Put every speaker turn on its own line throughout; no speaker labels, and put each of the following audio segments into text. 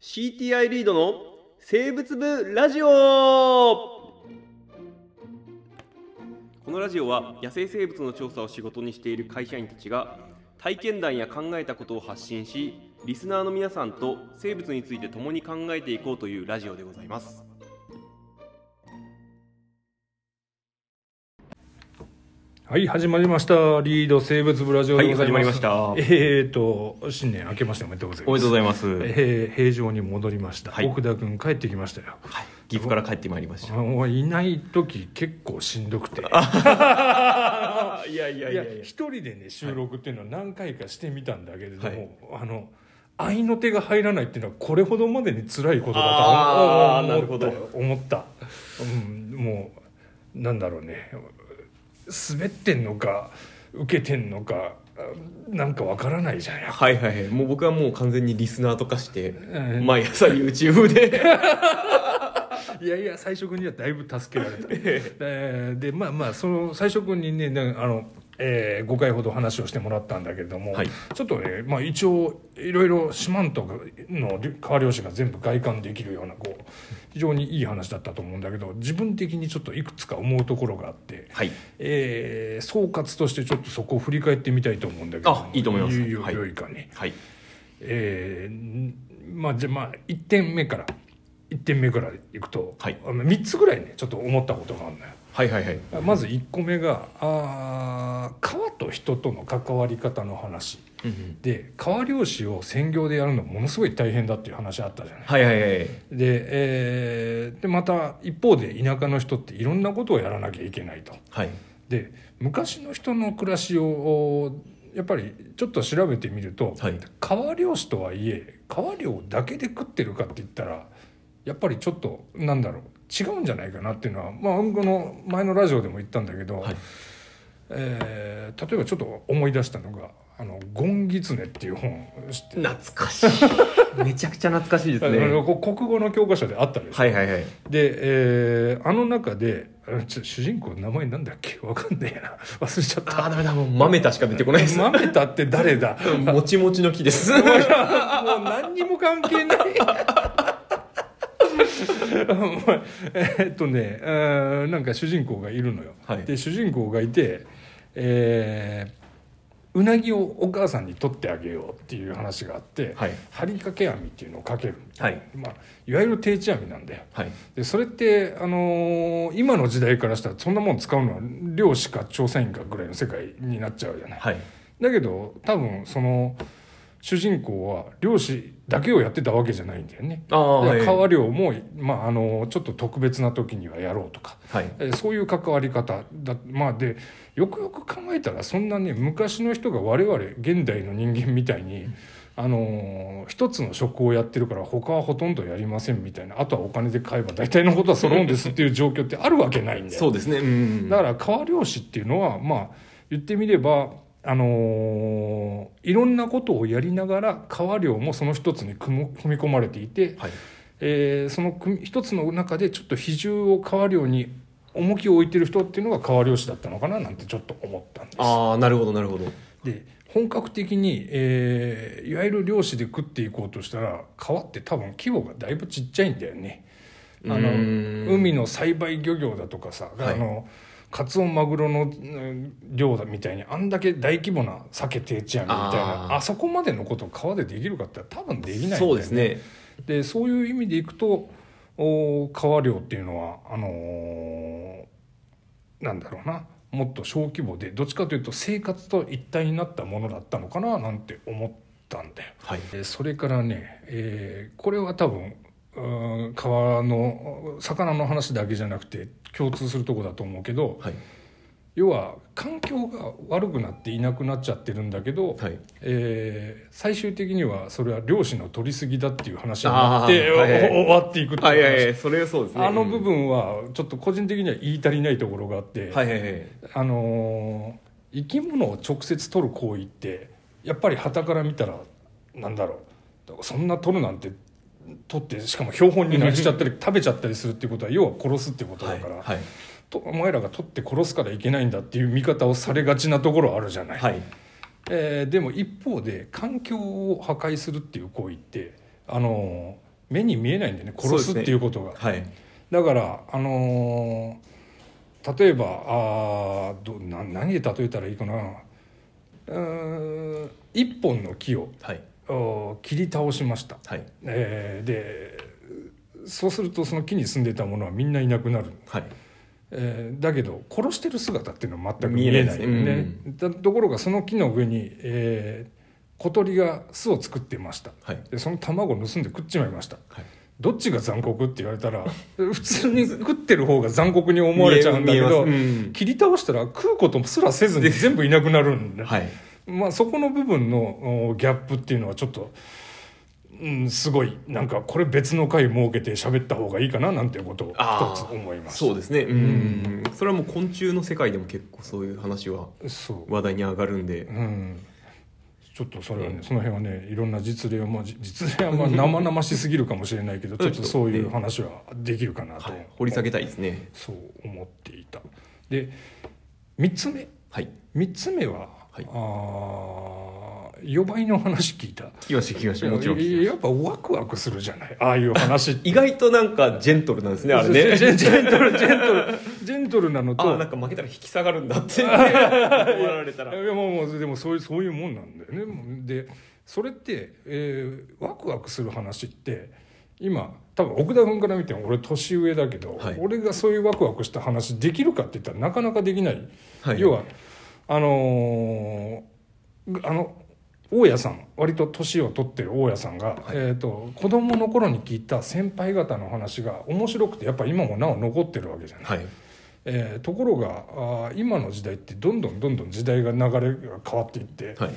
CTI リードの生物部ラジオこのラジオは野生生物の調査を仕事にしている会社員たちが体験談や考えたことを発信しリスナーの皆さんと生物について共に考えていこうというラジオでございます
はい、始まりました。リード生物ブラジオでございます。
はい始まりま
えーと、新年明けましておめでとうございます。
おめでとうございます
えー平常に戻りました。
はい
奥田君帰ってきましたよ。
岐阜から帰ってまいりまし
あのいない時結構しんどくて。い
た いやいやいや
や
いや、
一人でね、収録っていうのは何回かしてみたんだけれども、あの、合いの手が入らないっていうのはこれほどまでに辛いことだとは
あー
思思った
なるほ
思った、うん、もうなんだろうね滑ってんのか受けてんのかなんかわからないじゃんやっぱ
はいはいはいもう僕はもう完全にリスナーとかして
うん
毎朝 YouTube で
いやいや最初君にはだいぶ助けら れた、えーでまあまあその最初君にねねあの、え5回ほど話をしてもらったんだけれども、
はい
ちょっとね、まあ、一応いろいろ四万十の川漁師が全部外観できるようなこう非常にいい話だったと思うんだけど自分的にちょっといくつか思うところがあって、
はい
えー総括としてちょっとそこを振り返ってみたいと思うんだけども
あいいと思います
よよ
はい
よいかね、
はい
えーんまあじゃあまあ1点目から1点目からいくと、
はい
あの3つぐらいねちょっと思ったことがあるのよ
はいはいはい
まず1個目があー川と人との関わり方の話
うんうん
で川漁師を専業でやるのものすごい大変だっていう話あったじゃない
はいはいはい
で,、えーでまた一方で田舎の人っていろんなことをやらなきゃいけないと
はい
で昔の人の暮らしをやっぱりちょっと調べてみると、
はい
川漁師とはいえ川漁だけで食ってるかって言ったらやっぱりちょっとなんだろう違うんじゃないかなっていうのは、まあ、この前のラジオでも言ったんだけど、
はい
えー例えばちょっと思い出したのが「あのゴンギツネ」っていう本知ってる
懐かしい めちゃくちゃ懐かしいですね
あのこ国語の教科書であったでしょ、
はいはいはい
で、えーあの中であのちょ主人公の名前なんだっけわかんねえな忘れちゃった
ああダメだもう豆田しか出てこないです
マメタって誰だ
もちもちの木です
もう何にも関係ない えっとねあーなんか主人公がいるのよ、
はい
で主人公がいて、えーうなぎをお母さんに取ってあげようっていう話があって、
はい
針掛け網っていうのをかける、
はい
まあ、いわゆる定置網なんだよ
はい
でそれって、あのー今の時代からしたらそんなもん使うのは漁師か調査員かぐらいの世界になっちゃうじゃない
はい
だけど多分その主人公は漁師だけをやってたわけじゃないんだよね。
ああはい
川漁も、まあ、あのちょっと特別な時にはやろうとか
はい
えーそういう関わり方だ、まあ、でよくよく考えたらそんなね昔の人が我々現代の人間みたいに、あのー一つの職をやってるから他はほとんどやりませんみたいなあとはお金で買えば大体のことは揃うんですっていう状況ってあるわけないんだよ。
そうですねうん
だから川漁師っていうのはまあ言ってみれば、あのーいろんなことをやりながら川漁もその一つに組み組み込まれていて、
はい
えーその組み一つの中でちょっと比重を川漁に重きを置いてる人っていうのが川漁師だったのかななんてちょっと思ったんです。
ああなるほどなるほど
で本格的に、えーいわゆる漁師で食っていこうとしたら川って多分規模がだいぶちっちゃいんだよね。あ
う
の
ーん
海の栽培漁業だとかさ、
はい
あのカツオマグロのうん漁だみたいにあんだけ大規模な鮭定置網みたいな
あ
あ
ー
そこまでのことを川でできるかって多分できないんだよ
そうですね
でそういう意味でいくとお川漁っていうのはあのーなんだろうなもっと小規模でどっちかというと生活と一体になったものだったのかななんて思ったんだよ。
はい
でそれからね、えーこれは多分うーん川の魚の話だけじゃなくて共通するとこだと思うけど
はい
要は環境が悪くなっていなくなっちゃってるんだけど、
はい
えー最終的にはそれは漁師の取りすぎだっていう話になって、
あーはいはい
おお終わっていくっていう話、
はいはいはいそれそうですね
あの部分はちょっと個人的には言い足りないところがあって、
はいはいはい
あのー生き物を直接取る行為ってやっぱり傍から見たらなんだろうそんな取るなんて取ってしかも標本になしちゃった り食べちゃったりするっていうことは要は殺すってこと
は
だ
い
から、
はい
とお前らが取って殺すからいけないんだっていう見方をされがちなところあるじゃない、
はい
えーでも一方で環境を破壊するっていう行為って、あのー目に見えないんでね殺すっていうことが、
はい
だからあのー例えばあーどな何で例えたらいいかなうーん一本の木を
はい
お切り倒しました、
はい
えーでそうするとその木に住んでたものはみんないなくなる、
はい
えーだけど殺してる姿っていうのは全く見えないよね
見えないですね
だところがその木の上に、えー小鳥が巣を作ってました
はい
でその卵を盗んで食っちまいました
はい
どっちが残酷って言われたら普通に食ってる方が残酷に思われちゃうんだけど、
見え見
切り倒したら食うことすらせずに全部いなくなる
えます
んで、
うんはい
まあ、そこの部分のおギャップっていうのはちょっと、うん、すごいなんかこれ別の回設けて喋った方がいいかななんていうことを
あ
一
ー
つ思います
そうですねうんそれはもう昆虫の世界でも結構そういう話は
そう
話題に上がるんで
うんちょっとそれはね、
うん
その辺はねいろんな実例は、まあ、じ実例はまあ生々しすぎるかもしれないけどちょっとそういう話はできるかなと、
はい掘り下げたいですね
そう思っていたで3つ目
はい
3つ目は、
はい
ああ予売の話聞いた
聞きました聞きましたもちろん聞きまし
やっぱワクワクするじゃないああいう話った て
意外となんかジェントルなんですねあれね
ジェンジェントルジェントルジェントルなのと
あなんか負けたら引き下がるんだって 終わられたら
いやもうもうでもそういうそういうもんなんだよねもうでそれって、えーワクワクする話って今多分奥田君から見ても俺年上だけど、
はい
俺がそういうワクワクした話できるかって言ったらなかなかできない、
はい
要はあのーあの大家さん割と年を取ってる大家さんが、えー、と子供の頃に聞いた先輩方の話が面白くてやっぱ今もなお残ってるわけじゃない
はい
えーところがあー今の時代ってどんどんどんどん時代が流れが変わっていって、
はい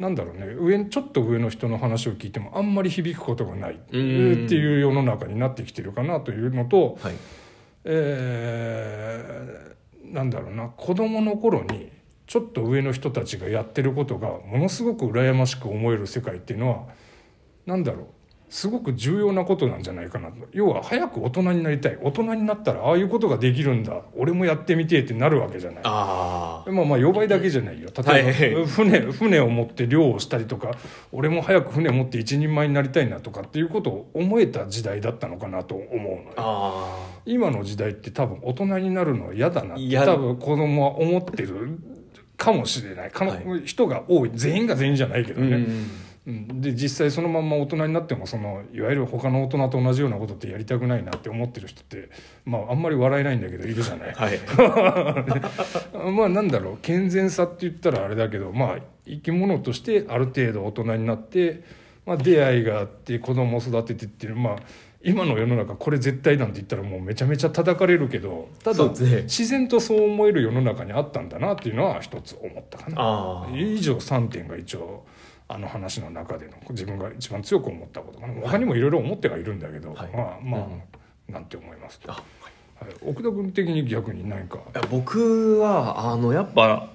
なんだろうね上ちょっと上の人の話を聞いてもあんまり響くことがないって
うーん
いう世の中になってきてるかなというのと、
はい
えーなんだろうな子供の頃にちょっと上の人たちがやってることがものすごく羨ましく思える世界っていうのはなんだろうすごく重要なことなんじゃないかなと要は早く大人になりたい大人になったらああいうことができるんだ俺もやってみてえってなるわけじゃない。
あ
まあまあ呼ばいだけじゃないよ例えば、
はい
船船を持って漁をしたりとか俺も早く船持って一人前になりたいなとかっていうことを思えた時代だったのかなと思うのよ
ああ
今の時代って多分大人になるのは嫌だなって
嫌だ
多分子供は思ってるかもしれないかの、
は
人が多い全員が全員じゃないけ
あう
どね、
ん
うんで実際そのまんま大人になってもそのいわゆる他の大人と同じようなことってやりたくないなって思ってる人って、まあ、あんまり笑えないんだけどいるじゃない。
はい
まあなんだろう健全さって言ったらあれだけどまあ生き物としてある程度大人になって、まあ、出会いがあって子供を育ててっていうまあ今の世の中これ絶対なんて言ったらもうめちゃめちゃ叩かれるけどただ
そうですね
自然とそう思える世の中にあったんだなっていうのは一つ思ったかな。
ああ
以上3点が一応あの話の中での自分が一番強く思ったことかな他にもいろいろ思ってはいるんだけど、
はい
まあまあ、なんて思います。
あ
はい奥田君的に逆に何か
いや僕はあのやっぱ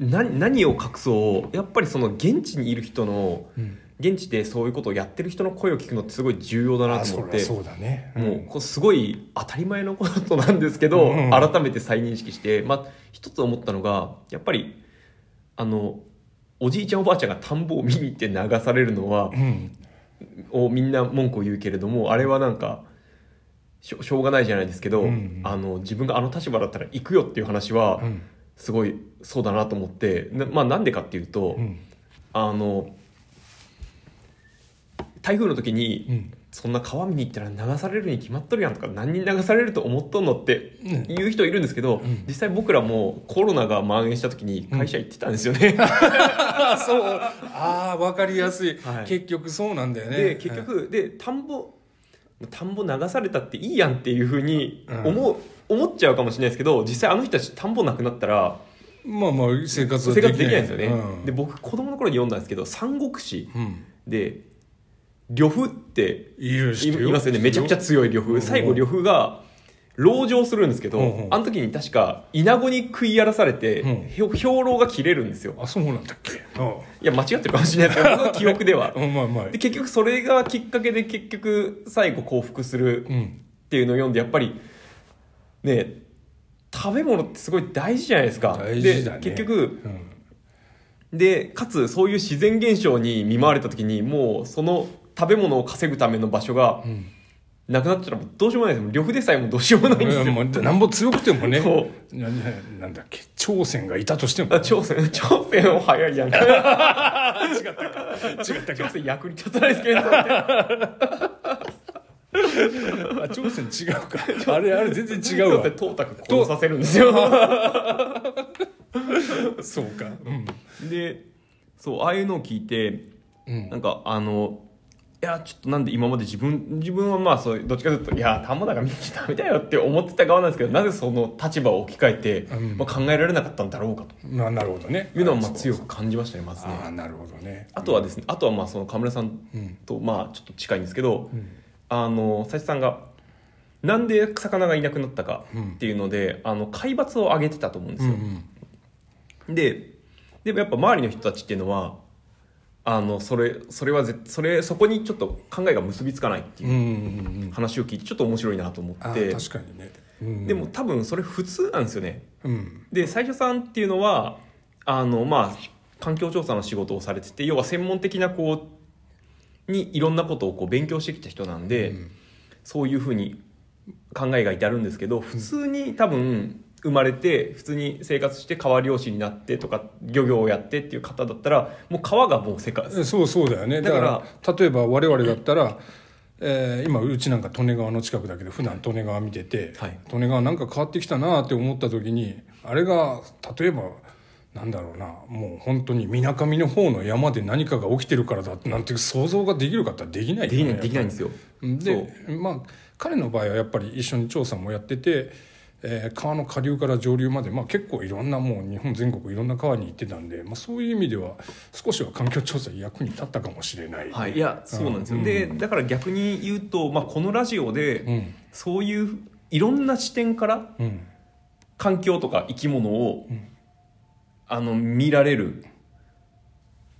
な何を隠そうやっぱりその現地にいる人の
うん
現地でそういうことをやってる人の声を聞くのってすごい重要だな
あ
と
そ
思っ
りゃ
て
そうだね、
もうんこうすごい当たり前のことなんですけど、
うん
改めて再認識して、まあ、一つ思ったのがやっぱりあのおじいちゃんおばあちゃんが田んぼを見に行って流されるのは
うん
をみんな文句を言うけれどもあれはなんかしょしょうがないじゃないですけど、
うん
あの自分があの立場だったら行くよっていう話は、
うん
すごいそうだなと思ってな,、まあ、なんでかっていうと、
うん
あの台風の時に、
うん
そんな川見に行ったら流されるに決まっとるやんとか何人流されると思っとんのって
ね
言う人いるんですけど、
ん
実際僕らもコロナが蔓延した時に会社行ってたんですよね、
あそうああ分かりやすい、
はい
結局そうなんだよね
で結局で田んぼ田んぼ流されたっていいやんっていうふうに思う、思っちゃうかもしれないですけど実際あの人たち田んぼなくなったら
まあまあ生活は
生活できないんですよね、
うん、
で僕子供の頃に読んだんですけど「三国志
うん」
で呂布って
いる
い
人
いますよねめちゃくちゃ強い呂
う
布
ん
最後呂布が籠城するんですけど、
うんうん
あの時に確か稲子に食い荒らされて、
うん
ひょ兵糧が切れるんですよ
あそうなんだっけあ
いや間違ってるかもしれないですけど僕の記憶では
うんまあまあ
で結局それがきっかけで結局最後降伏する
うん
っていうのを読んでやっぱりね食べ物ってすごい大事じゃないですか
大事だね
で結局
うん
でかつそういう自然現象に見舞われた時にもうその食べ物を稼ぐための場所が
うん
なくなっちゃったらどうしようもないですもん呂布でさえもどうしようもないんですよ
もうなんぼ強くてもね
そ
なななんだっけ朝鮮がいたとし ても
あ朝鮮朝鮮は早 いやん朝
違ったか
鮮役に立たないですけど
あ朝鮮違う かあれあれ全然違うわ
朝鮮董卓殺させるんですよ
そうかうん
でそうああいうのを聞いて
うん
なんかあのいやちょっとなんで今まで自分自分はまあそういうどっちかというといや玉田が見ちゃダメだよって思ってた側なんですけどなぜその立場を置き換えて、
うん
まあ、考えられなかったんだろうかと
まあなるほどね
いうのはまあ強く感じましたねまずね
ああなるほどね
あとはですねあとはまあその河村さん
うん
とまあちょっと近いんですけど、
うん
あの佐々木さんがなんで魚がいなくなったか
うん
っていうので、あの海抜を上げてたと思うんで
う
す
ん
よ、ででもやっぱ周りの人たちっていうのはあのそれそれはぜそれそこにちょっと考えが結びつかないって
うんう
い
ん
う
うん
話を聞いてちょっと面白いなと思
ああ
って、
確かにねうん
でも多分それ普通なんですよね
うん
で最初さんっていうのはあのまあ環境調査の仕事をされてて要は専門的なこうにいろんなことをこう勉強してきた人なんで、
うん
そういうふうに考えが至るんですけど普通に多分生まれて普通に生活して川漁師になってとか漁業をやってっていう方だったらもう川がもう世界
そうそうだよねだ
だ
か
から
ら例えば我々だったら、えー今うちなんか利根川の近くだけど普段利根川見てて、
はい
利根川なんか変わってきたなって思った時にあれが例えばなんだろうなもう本当にみなかみの方の山で何かが起きてるからだなんて想像ができるかってできないよ
で
ね
きないできないんですよ。
でまあ彼の場合はやっぱり一緒に調査もやってて、えー川の下流から上流まで、まあ、結構いろんなもう日本全国いろんな川に行ってたんで、まあ、そういう意味では少しは環境調査に役に立ったかもしれない、
はい、いやそうなんですよ、
うん
でだから逆に言うと、まあ、このラジオで、
うん
そういういろんな視点から
うん
環境とか生き物を、
うん
あの見られる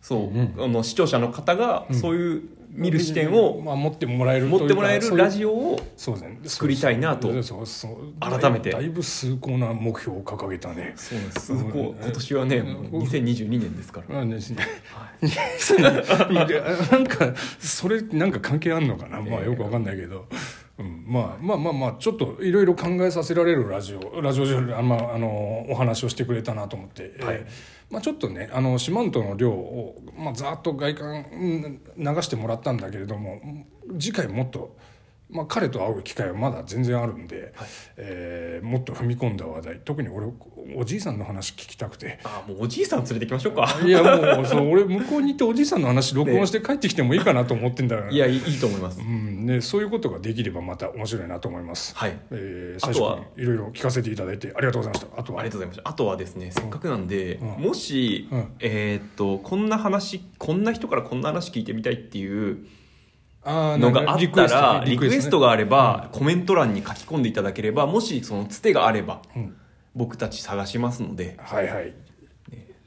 そう、
うん
あの視聴者の方が
ん
そういう見る視点を
まあ、持ってもらえるという
持
か
ってもらえるラジオを
そういうそうですね
作りたいなと
そうそうそう
改めて
だいぶ崇高な目標を掲げたね
そうなんです鈴子
うん
今年はねもう2022年ですから
まあですね。なんかそれなんか関係あんのかな、まあよくわかんないけど、うん、まあまあまあまあちょっといろいろ考えさせられるラジオラジオじゃないあまああのお話をしてくれたなと思って、
はい
えーまあちょっとねあの四万十の量をまあざーっと外観うん流してもらったんだけれども次回もっと。まあ、彼と会う機会はまだ全然あるんで、えーもっと踏み込んだ話題特に俺おじいさんの話聞きたくて
あもうおじいさん連れてきましょうか
いやもうそう俺向こうにいておじいさんの話録音して帰ってきてもいいかなと思ってんだか ら、
いやいいいいと思います、
うんね、そういうことができればまた面白いなと思います、
はい
えー、
あ
最
と
初
は
にいろいろ聞かせていただいてありがとうございましたあとは
ありがとうございましたあとはですねせっかくなんで、
うん
もし、
うん
えーっとこんな話こんな人からこんな話聞いてみたいっていう
あーな
の
んか
があったらリクエストがあ
る
ればコメント欄に書き込んでいただければもしそのつてがあれば
うん
僕たち探しますので
はいはい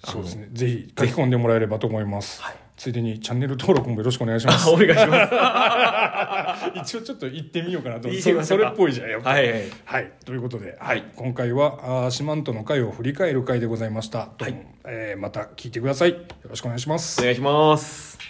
あの
そうですねぜひ書き込んでもらえればと思います、
はい
ついでにチャンネル登録もよろしくお願いしま
あ
す
お願 いします
一応ちょっと行ってみようかなと思
行
って
ってみま
それ
しょ
そう
か
れっぽいじゃんやっぱり
はいはい
はい、ということで、
はい
今回はあー四万十の回を振り返る回でございました。どうも
はい
えーまた聞いてください。よろしくお願いします
お。願いします